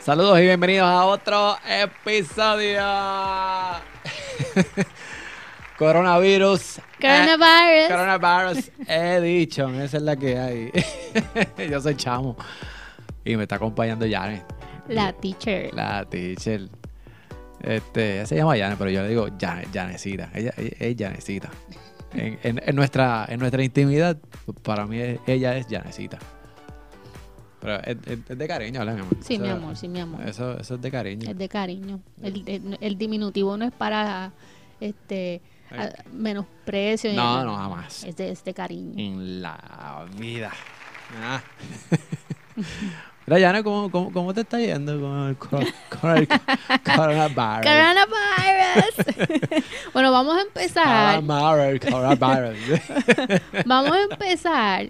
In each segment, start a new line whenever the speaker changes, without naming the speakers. Saludos y bienvenidos a otro episodio. Coronavirus. eh,
Coronavirus.
Coronavirus Edition. Esa es la que hay. Yo soy chamo. Y me está acompañando Yane,
la teacher.
la teacher. Este, ella se llama Yane, pero yo le digo Yane, Yanecita. Ella ella es Yanecita. En, en- en nuestra, en nuestra intimidad, para mí es- ella es Yanecita. Pero es, es- es de cariño, ¿verdad, mi amor?
Sí, mi
Eso-
amor, sí, mi amor.
Eso, eso es de cariño.
Es de cariño. El, el- el diminutivo no es para este a- menosprecio. ni
No,
nada.
no, jamás.
Es de, es de cariño.
En la vida. Ah. Mira, Yana, ¿cómo, cómo, cómo te está yendo con el, cor- con el coronavirus?
Coronavirus. bueno, vamos a empezar.
Coronavirus, coronavirus.
Vamos a empezar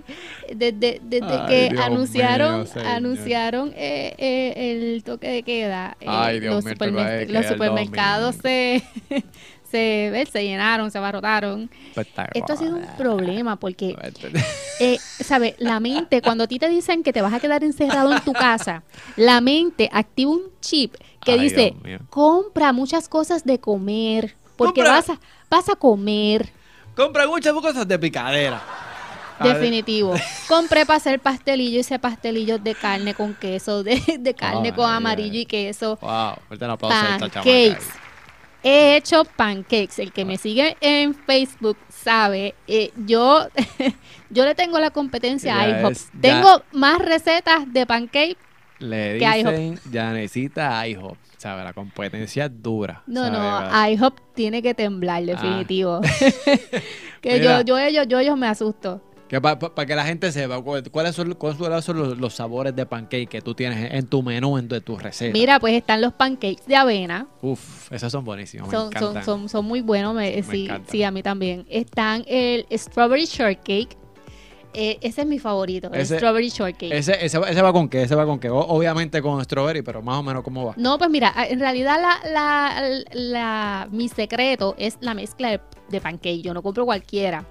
desde, desde
Ay,
que
Dios
anunciaron
mío, señor.
anunciaron eh, eh, el toque de queda. eh,
Ay, Dios
los,
mío, el toque de
supermer-
queda
los
el
supermercados se, se, ¿ves? se llenaron, se abarrotaron.
Pues está
Esto ha sido un
guay.
problema porque,
Este-
eh, ¿sabes? La mente, cuando a ti te dicen que te vas a quedar encerrado en tu casa, la mente activa un chip que
Ay,
dice,
Dios mío.
compra muchas cosas de comer, porque
Compra.
vas a, vas a comer.
Compra muchas cosas de picadera. A ver.
Definitivo. Compré para hacer pastelillo, hice pastelillos de carne con queso, de, de carne con
Ay,
amarillo
ay.
y queso.
Wow, fuerte un aplauso
Ah,
a esta chamaca ahí.
Pancakes. He hecho pancakes. El que me sigue en Facebook sabe, eh, yo, yo le tengo la competencia
Ya
a IHOP.
es- ya-
Tengo más recetas de pancakes.
Le
¿Qué IHOP?
dicen Yanecita IHOP. ¿Sabes? La competencia es dura.
No,
¿sabe? Ah.
no, IHOP tiene que temblar, definitivo. que
Mira.
yo, yo, ellos, yo, ellos me asusto.
Que para que la gente sepa cu- cuáles son, cuáles son los- los, los sabores de pancake que tú tienes en tu menú, en tu, tu receta.
Mira, pues están los pancakes de avena.
Uf, esos son buenísimos.
son,
Ah, me
son,
encantan.
son, son muy buenos, me-
Me
sí,
encantan.
sí, a mí también. Están el Strawberry Shortcake. Eh, ese es mi favorito, el
Ese-
Strawberry Shortcake.
Ese, ese, va- ese va con qué, ese va con qué. O- obviamente con strawberry, pero más o menos cómo va.
No, pues mira, a- en realidad la, la, la- mi secreto es la mezcla de, de pancake. Yo no compro cualquiera.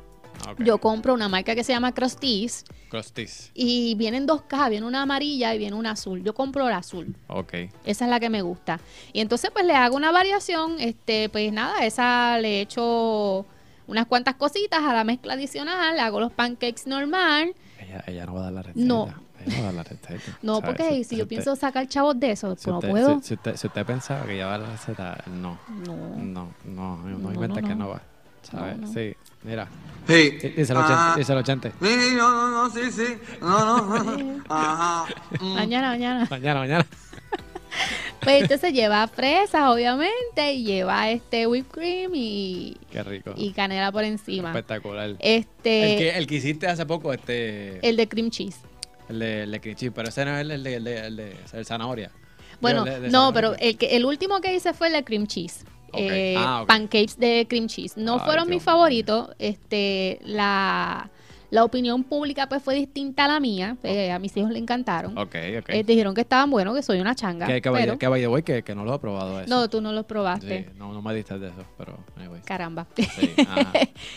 Ah, ok.
Yo compro una marca que se llama Crusties
Crusties.
y vienen dos cajas, viene una amarilla y viene una azul. Yo compro la azul.
Ok.
Esa es la que me gusta. Y entonces pues le hago una variación, este, pues nada, esa le echo unas cuantas cositas a la mezcla adicional, hago los pancakes normal,
Ella, ella no va a dar la receta.
No.
Ella no va a dar la receta.
no,
¿Sabe?
porque si, yo
usted-
pienso sacar chavos de eso, pues
si
no
usted-
puedo.
Si, si usted, si usted pensaba que ella va a dar la receta, no.
No.
No, no, no,
No,
inventes
no,
que
no.
no va. ¿Sabes?
No, no.
Sí, mira. Ah.
Sí.
Sí, Dice el
Ajá.
ochente. Dice el ochente.
Sí, sí, no, no, no, sí, sí. No, no. Ajá. Mm.
Mañana, mañana.
Mañana, mañana.
Pues entonces lleva fresas, obviamente, y lleva este whipped cream y,
Qué rico.
y canela por encima.
Espectacular. Pues, El
Este,
que, el que hiciste hace poco, este.
el de cream cheese.
El de, el de cream cheese, pero ese no es el, el de, el de, el de- el zanahoria.
Bueno,
Yo, el de- de
no,
zanahoria.
pero eh, el, que, el último que hice fue el de cream cheese.
Ok.
Eh,
Ah, ok.
Pancakes de cream cheese. No
Ay,
fueron
Dios
mis
mío.
favoritos. Este, la, la opinión pública pues fue distinta a la mía. Eh, a mis hijos le encantaron.
Ok, ok.
Eh, dijeron que estaban buenos, que soy una changa.
que, que, by-
pero,
que by the way, que, que no lo he probado eso.
no, tú no los
Sí,
probaste.
no, no me diste de eso, pero. anyways.
Caramba.
Sí, ajá,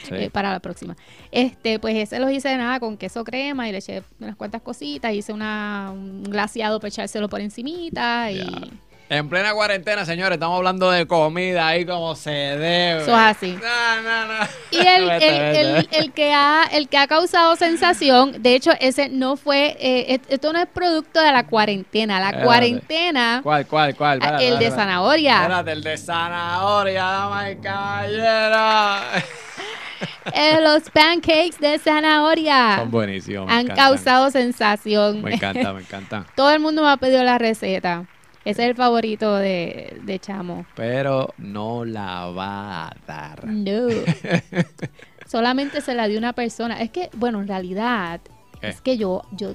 sí.
Eh, para la próxima. Este, pues ese los hice de nada con queso crema y le eché unas cuantas cositas. Hice una, un glaseado para echárselo por encimita y
Ya. En plena cuarentena, señores, estamos hablando de comida ahí como se debe.
Eso es así.
No, no, no.
Y el,
Vete,
el-
vete,
el-
vete.
el que ha, el que ha causado sensación, de hecho, ese no fue, eh, et- esto no es producto de la cuarentena. La
Espérate.
cuarentena,
¿Cuál, cuál, cuál?
ah,
Espérate,
el de
espérate.
zanahoria.
Espérate, el de zanahoria, dama y
Ah.
caballera.
eh, los pancakes de zanahoria
Son buenísimos. me
han
encantan.
causado sensación.
Me encanta, me encanta.
Todo el mundo me ha pedido la receta. Ese es el favorito de, de Chamo.
Pero no la va a dar.
No. Solamente se la dio una persona. Es que, bueno, en realidad,
¿Qué?
es que yo, yo,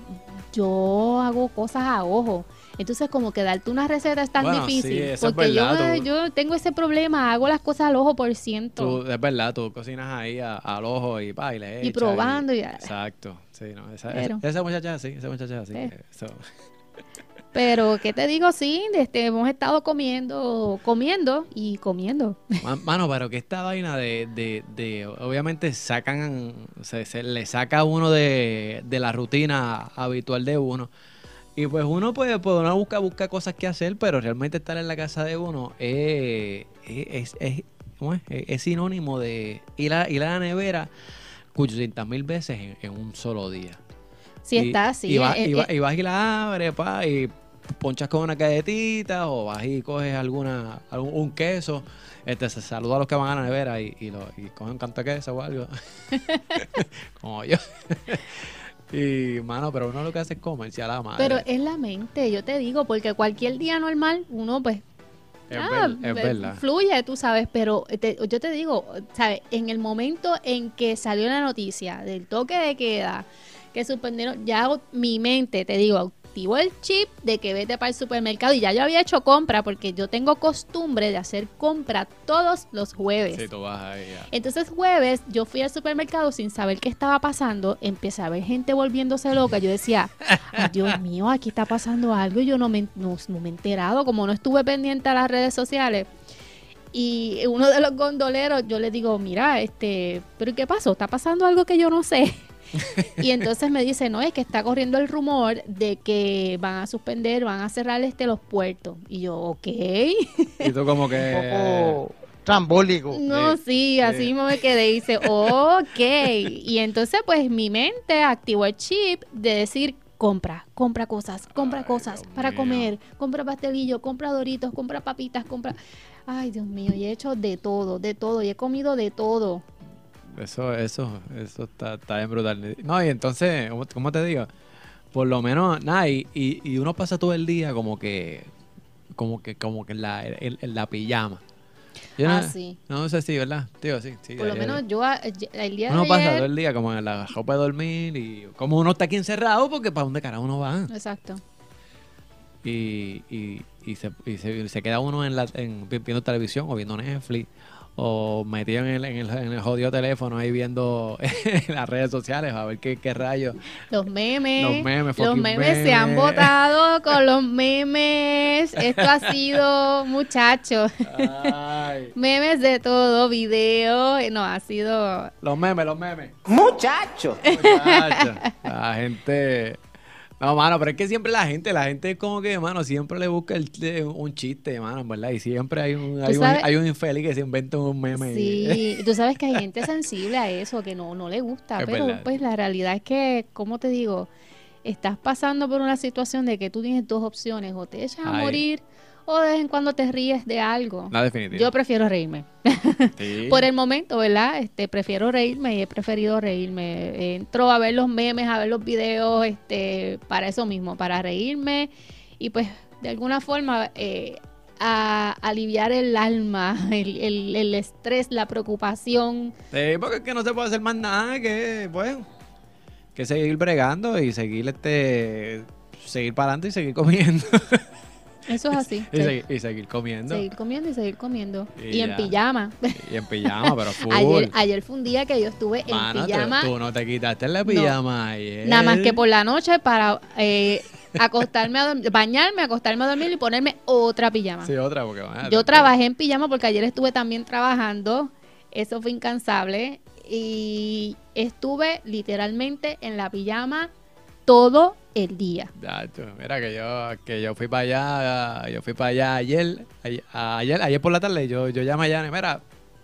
yo hago cosas a ojo. Entonces, como que darte una receta es tan
Bueno, sí,
difícil.
eso es
porque
verdad, tú-
yo, yo tengo ese problema, hago las cosas al ojo por ciento.
Tú, es verdad, tú cocinas ahí a- al ojo y pa, y le
Y
echas
probando y-
Exacto. Sí, no, esa,
Pero-
esa- esa muchacha es así, esa muchacha es así.
Pero-
que eso-
Pero, ¿qué te digo? Sí, este, hemos estado comiendo, comiendo y comiendo.
Ma- Mano, pero que esta vaina de, de, de- obviamente sacan, se, se le saca a uno de, de la rutina habitual de uno. Y pues uno puede, pues uno busca, busca cosas que hacer, pero realmente estar en la casa de uno eh, es, es- ¿cómo es? Es- es sinónimo de ir a, ir a la nevera 800 mil veces en, en un solo día.
Si
Y-
está así.
Y, vas-
eh,
y
eh,
vas- y vas y la abres, pa, y ponchas con una galletita o vas y coges alguna, algún, un queso. Este, se saluda a los que van a la nevera y, y, lo, y cogen un canto de queso o algo. Como yo. y, mano, pero uno lo que hace es comer, si a la madre.
pero es la mente, yo te digo, porque cualquier día normal uno pues
Es,
ah,
ver- es
ve-
verdad.
fluye, tú sabes, pero te- yo te digo, sabes, en el momento en que salió la noticia del toque de queda, que suspendieron, ya o- mi mente, te digo, activó el chip de que vete para el supermercado y ya yo había hecho compra porque yo tengo costumbre de hacer compra todos los jueves.
Sí, tú vas ahí. ya.
Entonces jueves yo fui al supermercado sin saber qué estaba pasando, empecé a ver gente volviéndose loca, yo decía, "Ay, Dios mío, aquí está pasando algo, y yo no me, no, no me he enterado, como no estuve pendiente a las redes sociales. Y uno de los gondoleros, yo le digo, mira, este, pero ¿qué pasó? ¿Está pasando algo que yo no sé? y entonces me dice, no, es que está corriendo el rumor de que van a suspender, van a cerrar este los puertos. Y yo, ok.
Y tú
Un
como
Oh,
que...
poco trambólico.
Eh,
No, sí, así
sí.
mismo me quedé y dice, ok. Y entonces, pues mi mente activó el chip de decir, compra, compra cosas, compra
Ay,
cosas
Dios
para
mío.
comer, compra pastelillo, compra doritos, compra papitas, compra... Ay, Dios mío, y he hecho de todo, de todo, y he comido de todo.
Eso, eso, eso está, está bien brutal. No, y entonces, ¿cómo- ¿cómo te digo? Por lo menos, nada, y, y, y uno pasa todo el día como que, como que, como que en la, en, en la pijama. Yo
Ah,
no,
sí.
no sé si, ¿verdad? Digo, sí, sí.
Por lo
eh,
menos yo a- ye- el día de
Uno pasa todo
ayer-
el día como en la ropa de dormir y como uno está aquí encerrado porque para dónde carajo uno va.
Exacto.
y, y, y se, y se- y se queda uno en la, en- vi- viendo televisión o viendo Netflix o metido en el, en el, en el jodido teléfono ahí viendo las redes sociales a ver qué, qué rayos.
Los memes.
Los memes,
Los
fucking
memes, se han
memes.
votado con los memes. Esto ha sido, muchachos, memes de todo, video. eh, No, ha sido
Los memes, los memes.
Muchacho.
Muchacho, la gente... No, mano, pero es que siempre la gente, la gente es como que, mano, siempre le busca el- eh, un chiste, mano, ¿verdad? Y siempre hay un, hay un,
sabes-
hay un infeliz que se inventa un meme.
Sí, tú sabes que hay gente sensible a eso, que no, no le gusta,
Es
pero
verdad.
pues la realidad es que, como te digo, estás pasando por una situación de que tú tienes dos opciones, o te echas a
Ay.
morir o de vez en cuando te ríes de algo.
No, definitivo.
Yo prefiero reírme.
Sí.
Por el momento, ¿verdad? Este, prefiero reírme y he preferido reírme. Entro a ver los memes, a ver los videos, este, para eso mismo, para reírme y pues de alguna forma eh, a aliviar el alma, el, el- el estrés, la preocupación.
Sí, porque es que no se puede hacer más nada que, bueno, que seguir bregando y seguir este seguir para adelante y seguir comiendo
Eso es así.
y,
sí.
segui- y seguir comiendo
Seguir comiendo y seguir comiendo.
Y
Y, en
ya.
pijama.
y en pijama, pero full.
Ayer, ayer fue un día que yo estuve
Mano,
en
tú-
pijama.
Tú, no te quitaste la pijama ayer.
Nada más que por la noche para eh, acostarme a dormir, bañarme, acostarme a dormir y ponerme otra pijama.
Sí, otra porque bueno,
Yo
te-
trabajé en pijama porque ayer estuve también trabajando. Eso fue incansable. Y estuve literalmente en la pijama todo el día.
Ya, tú, mira que yo que yo fui para allá, yo fui para allá ayer, ayer, ayer, ayer por la tarde, yo yo llamé a Yane, mira,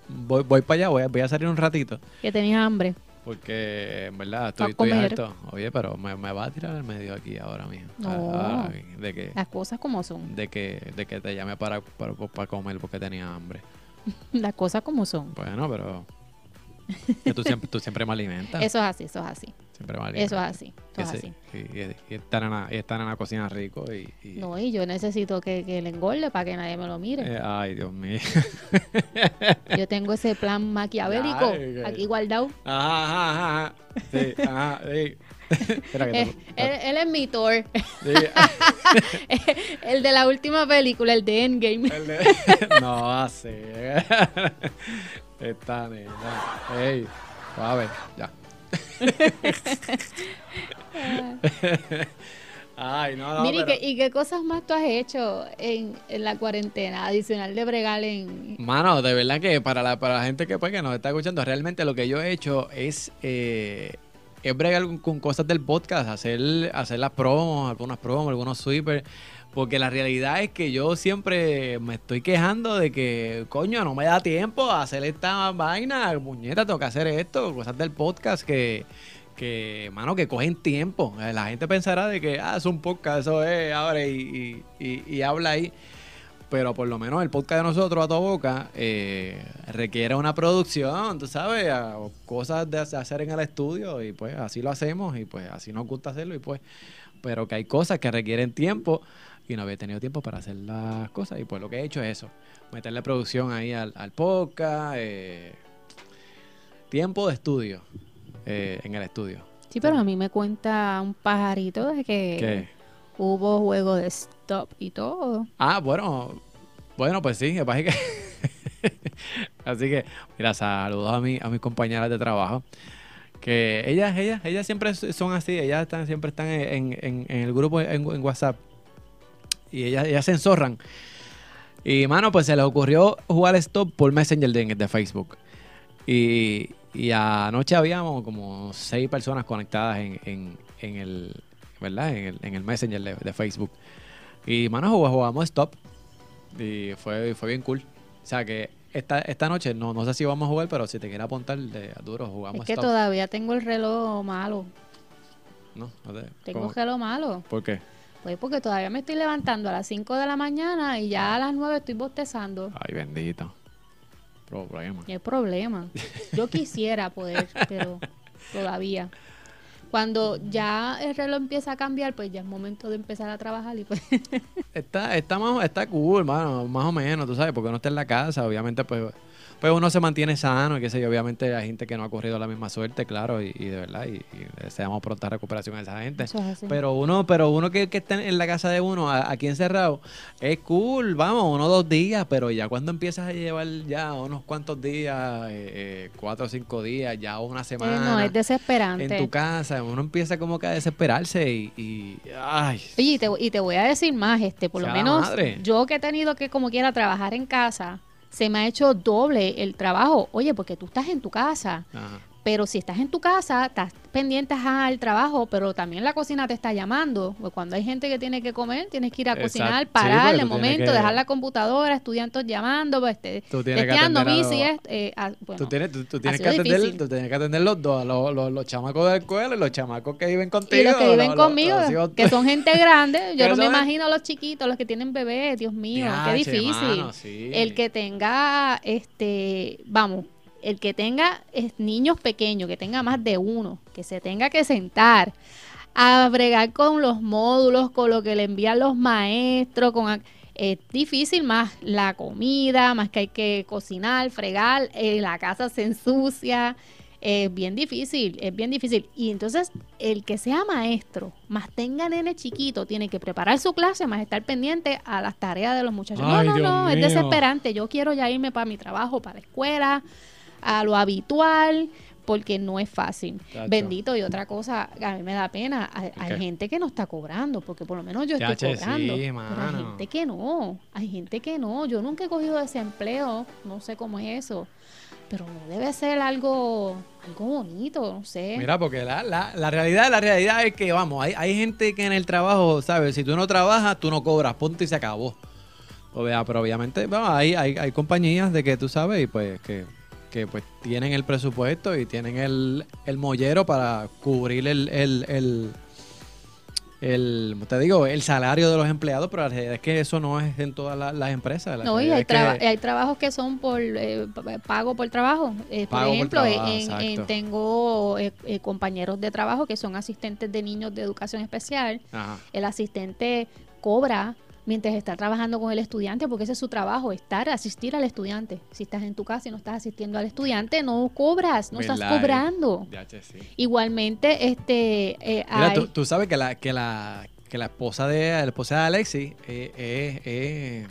voy, voy para allá, voy, a- voy a salir un ratito.
Que tenía hambre.
Porque en verdad estoy, estoy
comer.
harto. Oye, pero me, me va a tirar al medio aquí ahora mismo.
No.
Ahora, de, que,
Las cosas como son.
de, que, de que te llame para, para, para comer porque tenía hambre.
Las cosas como son.
Bueno, pero. que tú, siempre, tú siempre me alimentas.
Eso es así, eso es así.
siempre me
Eso es
alimentas.
así. Eso es
Ah. Que
así.
sí, Y, y- y estar en la, y estar en la cocina rico y. y-
No, y yo necesito que, que le engorde para que nadie me lo mire.
eh, ay, Dios mío.
Yo tengo ese plan maquiavélico
Ay, Eh. que-
aquí guardado.
Ajá, ajá, ajá. Sí, ajá, sí. Espera que te-
Eh, él, él es mi Thor,
sí.
el de la última película, el de Endgame.
El de- no eh. hace. Esta nena. Ey, suave, ya. Ay, no, no.
Mira, ¿y,
pero-
qué, y qué cosas más tú has hecho en, en la cuarentena, adicional de bregal en...
Mano, de verdad que para la, para la gente que, pues, que nos está escuchando, realmente lo que yo he hecho es, eh, es bregar con, con cosas del podcast, hacer, hacer las promos, algunas promos, algunos sweepers. Porque la realidad es que yo siempre me estoy quejando de que, coño, no me da tiempo a hacer esta vaina, muñeca, tengo que hacer esto, cosas del podcast que, que mano, que cogen tiempo. Eh, La gente pensará de que, ah, es un podcast, eso es, abre y, y- y- y habla ahí. Pero por lo menos el podcast de nosotros, a tu boca, eh, requiere una producción, tú sabes, a- o cosas de hace- hacer en el estudio y pues así lo hacemos y pues así nos gusta hacerlo y pues, pero que hay cosas que requieren tiempo y no había tenido tiempo para hacer las cosas y pues lo que he hecho es eso, meterle producción ahí al, al podcast, eh, tiempo de estudio eh, en el estudio.
Sí, pero a mí me cuenta un pajarito de que
¿Qué?
hubo juego de stop y todo.
Ah, bueno, bueno, pues sí, lo que pasa es que- Así que, mira, saludos a, mi, a mis compañeras de trabajo. Que ellas, ellas, ellas siempre son así, ellas están, siempre están en, en- en el grupo en, en WhatsApp. Y ellas, ellas se enzorran. Y mano, pues se les ocurrió jugar stop por Messenger de, de Facebook. Y, y anoche habíamos como seis personas conectadas en, en- en el, ¿verdad? En el, en el Messenger de- de Facebook. Y, mano, jugamos, jugamos stop. Y fue, fue bien cool. O sea que esta, esta noche, no, no sé si vamos a jugar, pero si te quieres apuntar de a duro, jugamos
es que
stop.
todavía tengo el reloj malo.
No, no te-
Tengo
¿cómo?
el reloj malo.
¿Por qué?
Pues porque todavía me estoy levantando a las 5 de la mañana y ya a las 9 estoy bostezando.
Ay, bendito. Problema.
Y hay problema. Yo quisiera poder, pero todavía. Cuando ya el reloj empieza a cambiar, pues ya es momento de empezar a trabajar y pues
Está, está, más, está cool, mano, más o menos, tú sabes, porque uno está en la casa, obviamente, pues, pues uno se mantiene sano y qué sé yo, obviamente hay gente que no ha corrido la misma suerte, claro, y, y de verdad, y, y deseamos pronta recuperación a esa gente.
Eso es así.
Pero uno, pero uno que, que está en la casa de uno, a- aquí encerrado, es cool, vamos, uno o dos días, pero ya cuando empiezas a llevar ya unos cuantos días, eh, eh, cuatro o cinco días, ya una
eh,
semana
no, es
en
desesperante.
tu casa, uno empieza como que a desesperarse y, y ay,
Oye, y te, y te voy a decir más, este, por lo
Sea la
menos
madre.
yo que he tenido que como quiera trabajar en casa, se me ha hecho doble el trabajo. Oye, porque tú estás en tu casa,
ajá.
pero si estás en tu casa, estás pendiente ajá, al trabajo, pero también la cocina te está llamando. Pues cuando hay gente que tiene que comer, tienes que ir a
Exacto.
cocinar,
Sí,
parar
porque
de
tú tienes
momento,
que-
dejar la computadores, estudiantes llamando, pues, este,
Tú tienes que
testeando,
atender a
Missy,
los-
es- eh, ah, bueno,
Tú tienes, tú, tú tienes que
sido
atender,
difícil.
tú tienes que atender los dos, a los, los, los chamacos de la escuela y los chamacos que viven contigo.
Y los que viven
los- los-
conmigo,
los hijos-
que son gente grande, yo
Pero
no me
son-
imagino los chiquitos, los que tienen bebés, Dios mío, qué
Diache,
difícil.
mano, sí.
El que tenga, este, vamos, el que tenga es, niños pequeños, que tenga más de uno, que se tenga que sentar a bregar con los módulos, con lo que le envían los maestros, con ac- es difícil más la comida, más que hay que cocinar, fregar, eh, la casa se ensucia, es bien difícil, es bien difícil. Y entonces el que sea maestro, más tenga nene chiquito, tiene que preparar su clase, más estar pendiente a las tareas de los muchachos.
Ay,
no, no,
Dios
no, es
mío.
desesperante. Yo quiero ya irme para mi trabajo, para la escuela, a lo habitual, porque no es fácil.
Chacho.
Bendito, y otra cosa, a mí me da pena, hay, hay
¿Qué?
gente que no está cobrando, porque por lo menos yo estoy
Chacho, sí,
cobrando. pero hay
mano.
gente que no, hay gente que no. Yo nunca he cogido desempleo, no sé cómo es eso, pero no debe ser algo, algo bonito, no sé.
Mira, porque la, la, la realidad, la realidad es que, vamos, hay, hay gente que en el trabajo, ¿sabes? Si tú no trabajas, tú no cobras, punto y se acabó. O sea, pero obviamente, vamos, hay, hay, hay compañías de que tú sabes y pues que, que pues tienen el presupuesto y tienen el, el mollero para cubrir el, el, el, el- ¿cómo te digo, el salario de los empleados, pero la realidad es que eso no es en todas la- las empresas. La
No, y
realidad
hay,
es que-
traba- hay trabajos que son por eh, pa- pago por trabajo. Eh,
Pago por
por ejemplo,
trabajo,
en- en-
exacto.
tengo eh, eh, compañeros de trabajo que son asistentes de niños de educación especial.
Ajá.
El asistente cobra mientras está trabajando con el estudiante, porque ese es su trabajo, estar, asistir al estudiante. Si estás en tu casa y no estás asistiendo al estudiante, no cobras, no estás
¿Verdad, eh?
cobrando.
Ya, che, sí.
Igualmente, este, eh,
Mira, tú,
hay-
tú sabes que la, que la, que la esposa de la esposa de Alexis eh, eh, eh,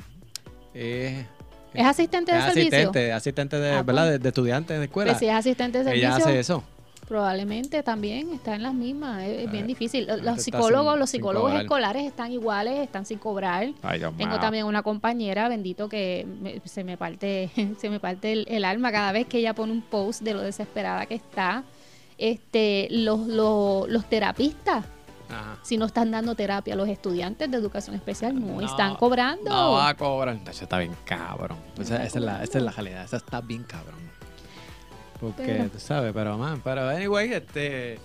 eh,
es asistente de
es
servicio.
asistente, asistente de,
Ah, pues.
¿verdad? De, de estudiantes de escuela.
Pues si es asistente de servicio,
Ella hace eso.
Probablemente también está en las mismas, es, es bien
Eh,
difícil.
la
Los,
gente está
psicólogos,
sin-
los
sin
psicólogos
cobrar.
escolares están iguales, están sin cobrar.
Ay, Dios
Tengo
mío.
también una compañera, bendito, que me- se me parte, se me parte el, el alma cada vez que ella pone un post de lo desesperada que está. este, los, los, los terapistas,
Ajá.
si no están dando terapia, los estudiantes de educación especial no,
No,
están cobrando.
No va a cobrar. Eso está bien cabrón. Esa, esa es la, esa es la realidad. Esa está bien cabrón. Porque,
Pero-
tú sabes, pero, man, pero, anyway, este.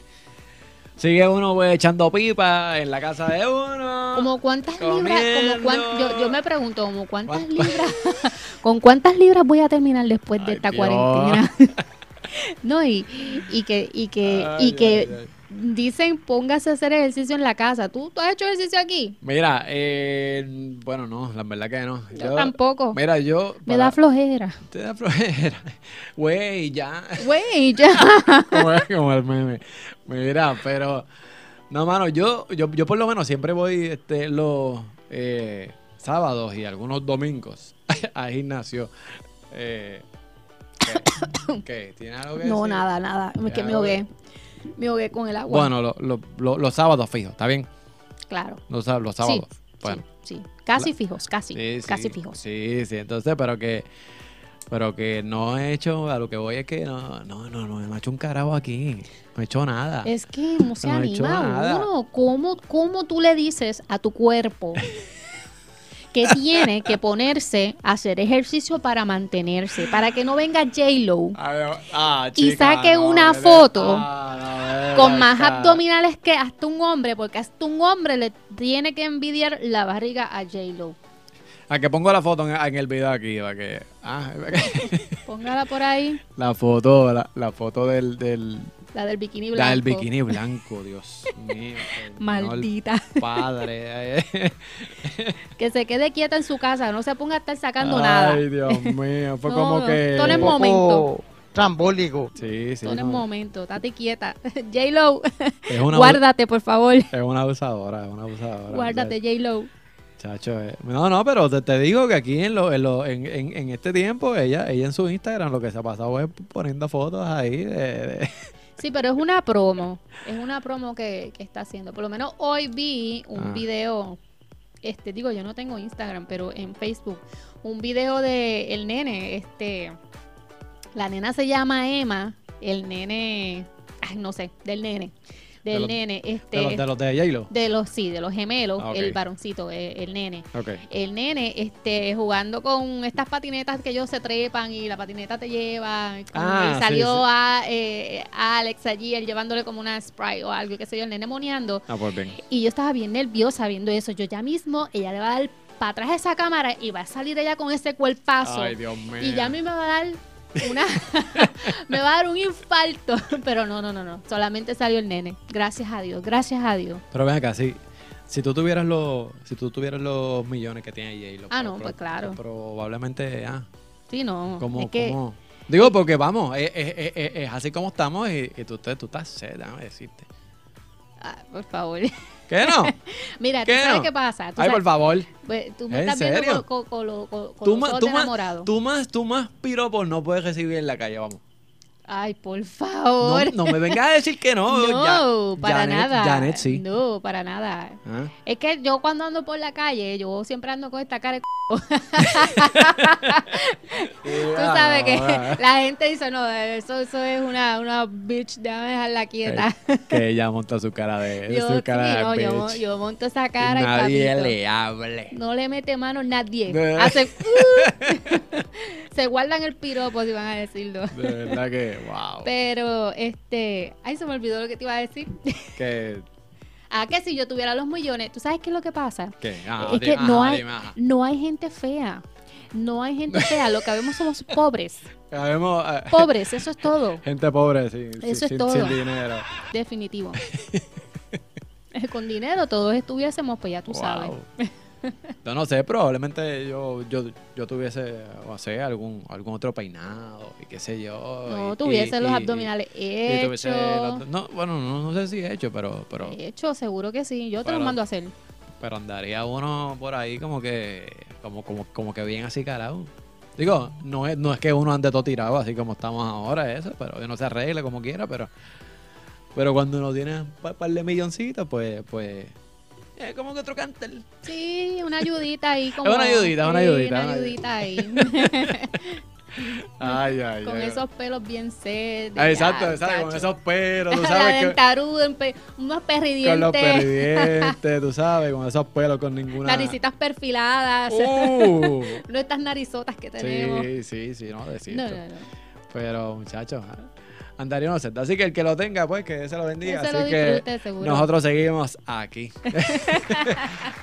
Sigue uno pues, echando pipa en la casa de uno.
Como cuántas libras, como cuán- yo, yo me
Comiendo.
pregunto, como cuántas
¿Cuánto?
libras, con cuántas libras voy a terminar después de
Ay,
esta
Dios.
cuarentena. no, y, y que, y que,
Ay,
y que
ay, ay.
dicen póngase a hacer ejercicio en la casa. ¿Tú, tú has hecho ejercicio aquí?
Mira, eh, bueno, no, la verdad que no.
Yo tampoco.
Mira, yo.
Me
para-
da flojera.
Te da flojera. Güey, ya.
Güey, ya.
como, como el meme. Mira, pero. No, mano, yo, yo, yo por lo menos siempre voy este, los eh, sábados y algunos domingos a gimnasio. Eh, ¿qué? ¿Qué? ¿Tiene algo que
No,
decir?
nada, nada. Es que
Ya,
me ahogué. Me ahogué con el agua.
Bueno, lo- lo- lo- los sábados fijos, ¿está bien?
claro.
Los, sá- los sábados. bueno.
Sí, sí. Casi fijos, casi.
Sí,
casi
sí,
fijos.
Sí, sí, entonces, pero que pero que no he hecho, a lo que voy es que no, no, no, no, no he hecho un carajo aquí, no he hecho nada.
Es que no se
No he hecho
anima
nada.
uno. ¿Cómo, ¿Cómo tú le dices a tu cuerpo que tiene que ponerse a hacer ejercicio para mantenerse? Para que no venga J-Lo
A ver, ah,
Y
chica,
saque
no,
una
ven-
foto
ah, no, ven
con más
acá.
abdominales que hasta un hombre, porque hasta un hombre le tiene que envidiar la barriga a J-Lo.
A Ah, que pongo la foto en, en el video aquí, para que... ah,
Póngala por ahí,
la foto, la, la foto del, del,
la del bikini blanco.
la del bikini blanco, Dios mío. señor
Maldita.
Padre. eh.
Que se quede quieta en su casa, no se ponga a estar sacando
Ay,
nada.
Dios mío, fue
No,
como
no,
que...
todo el
Un poco
momento.
Trambólico.
Sí, sí.
Todo en el
no,
momento, estate quieta. J-Lo,
es una-
guárdate, por favor.
Es una abusadora, es una abusadora.
Guárdate, J-Lo.
Chacho, eh. no, no, pero te, te digo que aquí en, lo, en, lo- en, en- en este tiempo, ella ella en su Instagram lo que se ha pasado es poniendo fotos ahí de... de-
Sí, pero es una promo. Es una promo que, que está haciendo. Por lo menos hoy vi un
Ah.
video. Este, digo, yo no tengo Instagram, pero en Facebook. Un video de el nene. Este. La nena se llama Emma. El nene. Ay, no sé, del nene.
De
Del
los-
nene. Este.
de, los- de los de J-Lo.
de los, sí, de los gemelos,
Ah, ok.
el varoncito, eh, el nene.
Ok.
el nene este jugando con estas patinetas que ellos se trepan y la patineta te lleva y como-
Ah,
y
sí,
salió
sí.
A, eh, a Alex allí él llevándole como una Sprite o algo qué sé yo el nene moneando
Ah, pues bien.
y yo estaba bien nerviosa viendo eso yo ya mismo ella le va a dar para atrás esa cámara y va a salir ella con ese cuerpazo
Ay, Dios mío.
y ya a mí me va a dar una me va a dar un infarto pero no no no no solamente salió el nene gracias a Dios gracias a Dios
Pero ven acá, si, si, tú tuvieras los, si tú tuvieras los millones que tiene J-Lo.
Ah,
pro-
no,
pro-
pues claro.
Probablemente, ah,
sí no
como...
es que
como- Digo, porque vamos, es, es- es- es- es así como estamos y, y tú, te- tú estás sed, déjame decirte.
ah, por favor
¿Qué no?
Mira, ¿tú
¿Qué
sabes
no?
qué pasa? ¿Tú,
Ay,
sabes-
por favor.
pues, tú me
¿En
estás viendo
serio?
con, con- con lo- con- con
Tú
los
más,
ojos
tú,
de enamorado.
más, tú más, tú más piropos no puedes recibir en la calle, vamos.
Ay, por
No,
favor.
no me vengas a decir que no.
No,
Ya-
para
Janet-
nada.
Janet sí.
No, para nada.
Ah.
Es que yo cuando ando por la calle, yo siempre ando con esta cara de c... Tú
Ah,
sabes que
eh,
la gente dice, no, eso, eso es una, una bitch, déjame dejarla quieta.
Eh, que ella monta su cara de
Dios
Eh, su cara
mío,
de
yo,
bitch.
yo monto esa
Y
cara y
nadie
papito.
le hable.
No le mete mano nadie.
No.
Hace- ¡Uh! se guardan el piropo si van a decirlo.
De verdad que, wow.
Pero, este, ay, se me olvidó lo que te iba a decir.
que,
Ah, que si yo tuviera los millones, ¿tú sabes qué es lo que pasa?
que, ah,
es
dime,
que no,
ajá,
hay,
dime, ajá.
no hay gente fea. No hay gente fea. Lo que vemos somos pobres.
Sabemos, eh,
Pobres, eso es todo.
gente pobre sin, sin-
Eso es
sin-
todo.
sin dinero.
Definitivo. Eh, Con dinero todos estuviésemos, pues ya tú sabes.
Wow. Yo no sé, probablemente yo, yo, yo tuviese, o sea, algún, algún otro peinado y qué sé yo.
No
y-
tuviese
y-
los
y-
abdominales
y tuviese
hechos.
los- no, bueno, no, no sé si he hecho, pero, pero,
Hechos, seguro que sí. Yo te los
Pero-
mando a hacer.
pero andaría uno por ahí como que, como, como, como que bien así calado. Digo, no es, no es que uno ande todo tirado así como estamos ahora, eso, pero uno se arregla como quiera, pero, pero cuando uno tiene un pa- par de milloncitos, pues, pues, es como que otro cantel.
Sí, una ayudita ahí. Como,
una ayudita, una
Sí,
ayudita,
Una
una
ayudita ahí.
Ay, ay,
Con
ay.
esos pelos bien sed.
Ah, exacto, exacto, con esos pelos, tú
La
sabes que
dentaruda, un pe- unos
con los
perridientes,
perdientes, tú sabes, con esos pelos con ninguna
naricitas perfiladas,
Uh,
no estas narizotas que tenemos.
sí, sí, sí, no decir.
No, no, no.
Pero, muchachos, ah, andaría inocente. Así que el que lo tenga, pues que se lo bendiga.
Que se
Así
lo disfrute,
que
seguro.
nosotros seguimos aquí.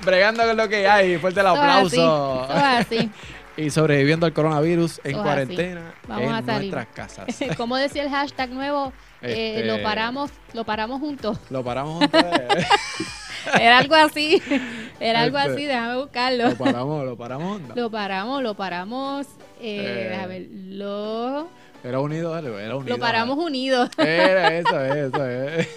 Bregando con lo que hay. Fuerte el
Eso es así,
aplauso.
eso es
Y sobreviviendo al coronavirus en
Eso es así.
cuarentena
Vamos
en
a salir.
nuestras casas.
así. Como decía el hashtag nuevo, eh,
Este-
lo paramos, lo paramos juntos.
Lo paramos juntos, eh.
Era algo así. Era algo
Este-
así, déjame buscarlo.
Lo paramos, lo paramos. onda.
Lo paramos, lo paramos.
Eh,
Eh, a ver, lo,
Era unido, era unido.
lo paramos unidos.
Era eso, eso, eh.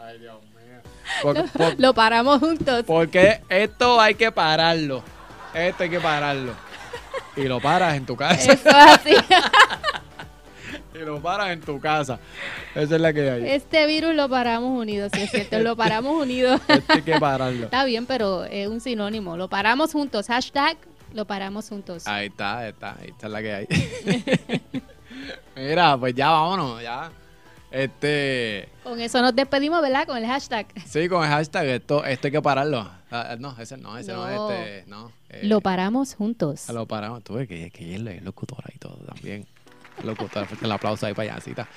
Ay, Dios mío. Por- por-
Lo paramos juntos.
porque esto hay que pararlo. Esto hay que pararlo. Y lo paras en tu
Eso
casa.
es así.
Y lo paras en tu casa. Esa es la que hay.
Este virus lo paramos unidos, sí es cierto. Lo paramos unidos.
Esto hay que pararlo.
Está bien, pero es un sinónimo. Lo paramos juntos. Hashtag lo paramos juntos.
Ahí está, ahí está, ahí está la que hay. Mira, pues ya vámonos, ya. Este,
Con eso nos despedimos, ¿verdad? Con el hashtag.
sí, con el hashtag esto, esto hay que pararlo. Ah, no, ese no, ese no,
No.
este, no. eh,
Lo paramos juntos.
Lo paramos, tú ves que, que ella es la- es locutora y todo también. Locutora, fuerte el aplauso ahí payasita.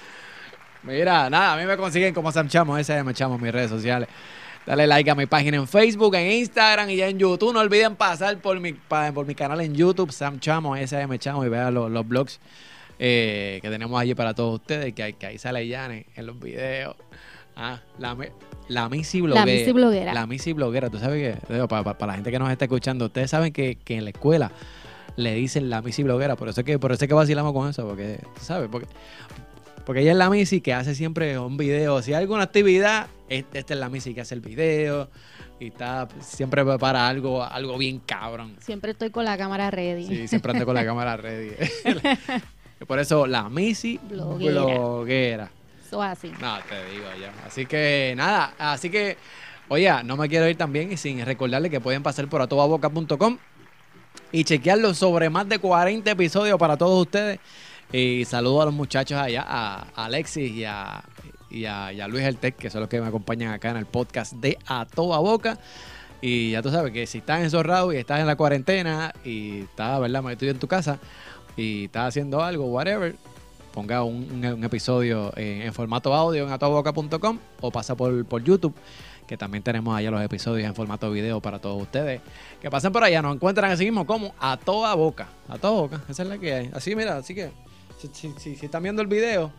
Mira, nada, a mí me consiguen como Sam Chamo, ese es Chamo, mis redes sociales. Dale like a mi página en Facebook, en Instagram y ya en YouTube. No olviden pasar por mi, pa- por mi canal en YouTube, Sam Chamo, SM Chamo, y vean los, los blogs eh, que tenemos allí para todos ustedes, que, ahí- que ahí sale Yane en los videos. Ah, la, mi- la Missy bloguera.
Missy bloguera.
La Missy bloguera. Tú sabes que, digo, para, para- para la gente que nos está escuchando, ustedes saben que, que en la escuela le dicen la Missy bloguera. Por eso es que, por eso es que vacilamos con eso, porque, tú sabes, porque, porque ella es la Missy que hace siempre un video. Si hay alguna actividad, es- esta es la Missy que hace el video. Y está, siempre prepara algo, algo bien cabrón.
Siempre estoy con la cámara ready.
Sí, siempre anda con la cámara ready. Por eso, la Missy
Bloguera.
bloguera.
Eso así.
No, te digo ya. Así que nada, así que, oye, no me quiero ir también y sin recordarle que pueden pasar por atobaboca.com y chequearlo sobre más de 40 episodios para todos ustedes. Y saludo a los muchachos allá, a Alexis y a, y a, y a Luis El Tech, que son los que me acompañan acá en el podcast de A Toda Boca. Y ya tú sabes que si estás enzorrado y estás en la cuarentena y estás, ¿verdad?, metido en tu casa y estás haciendo algo, whatever, ponga un, un- un episodio en, en formato audio en atoboca.com o pasa por, por YouTube, que también tenemos allá los episodios en formato video para todos ustedes. Que pasen por allá, nos encuentran así mismo como a toda boca. A toda boca, esa es la que hay. Así, mira, así que si, si- si- si están viendo el video,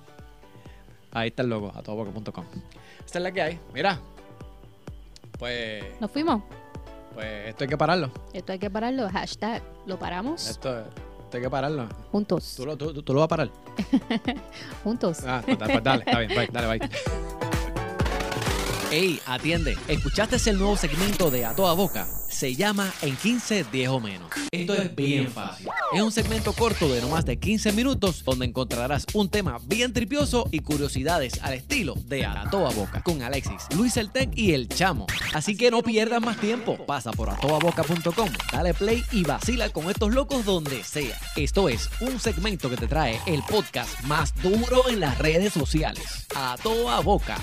ahí está el logo, a todaboca.com. Esa es la que hay, mira. Pues,
Nos fuimos.
pues esto hay que pararlo.
Esto hay que pararlo. Hashtag lo paramos
Esto, esto hay que pararlo.
juntos.
Tú lo, tú- tú- tú lo vas a parar.
Juntos.
Ah, pues, da- pues, dale, está bien, bye, dale, bye. Ey, atiende. ¿Escuchaste el nuevo segmento de A Toda Boca? Se llama En 15, 10 o menos. Esto es bien fácil. Es un segmento corto de no más de 15 minutos donde encontrarás un tema bien tripioso y curiosidades al estilo de A Toda Boca con Alexis, Luis El Tec y El Chamo. Así que no pierdas más tiempo. Pasa por atoaboca.com, dale play y vacila con estos locos donde sea. Esto es un segmento que te trae el podcast más duro en las redes sociales. A Toda Boca.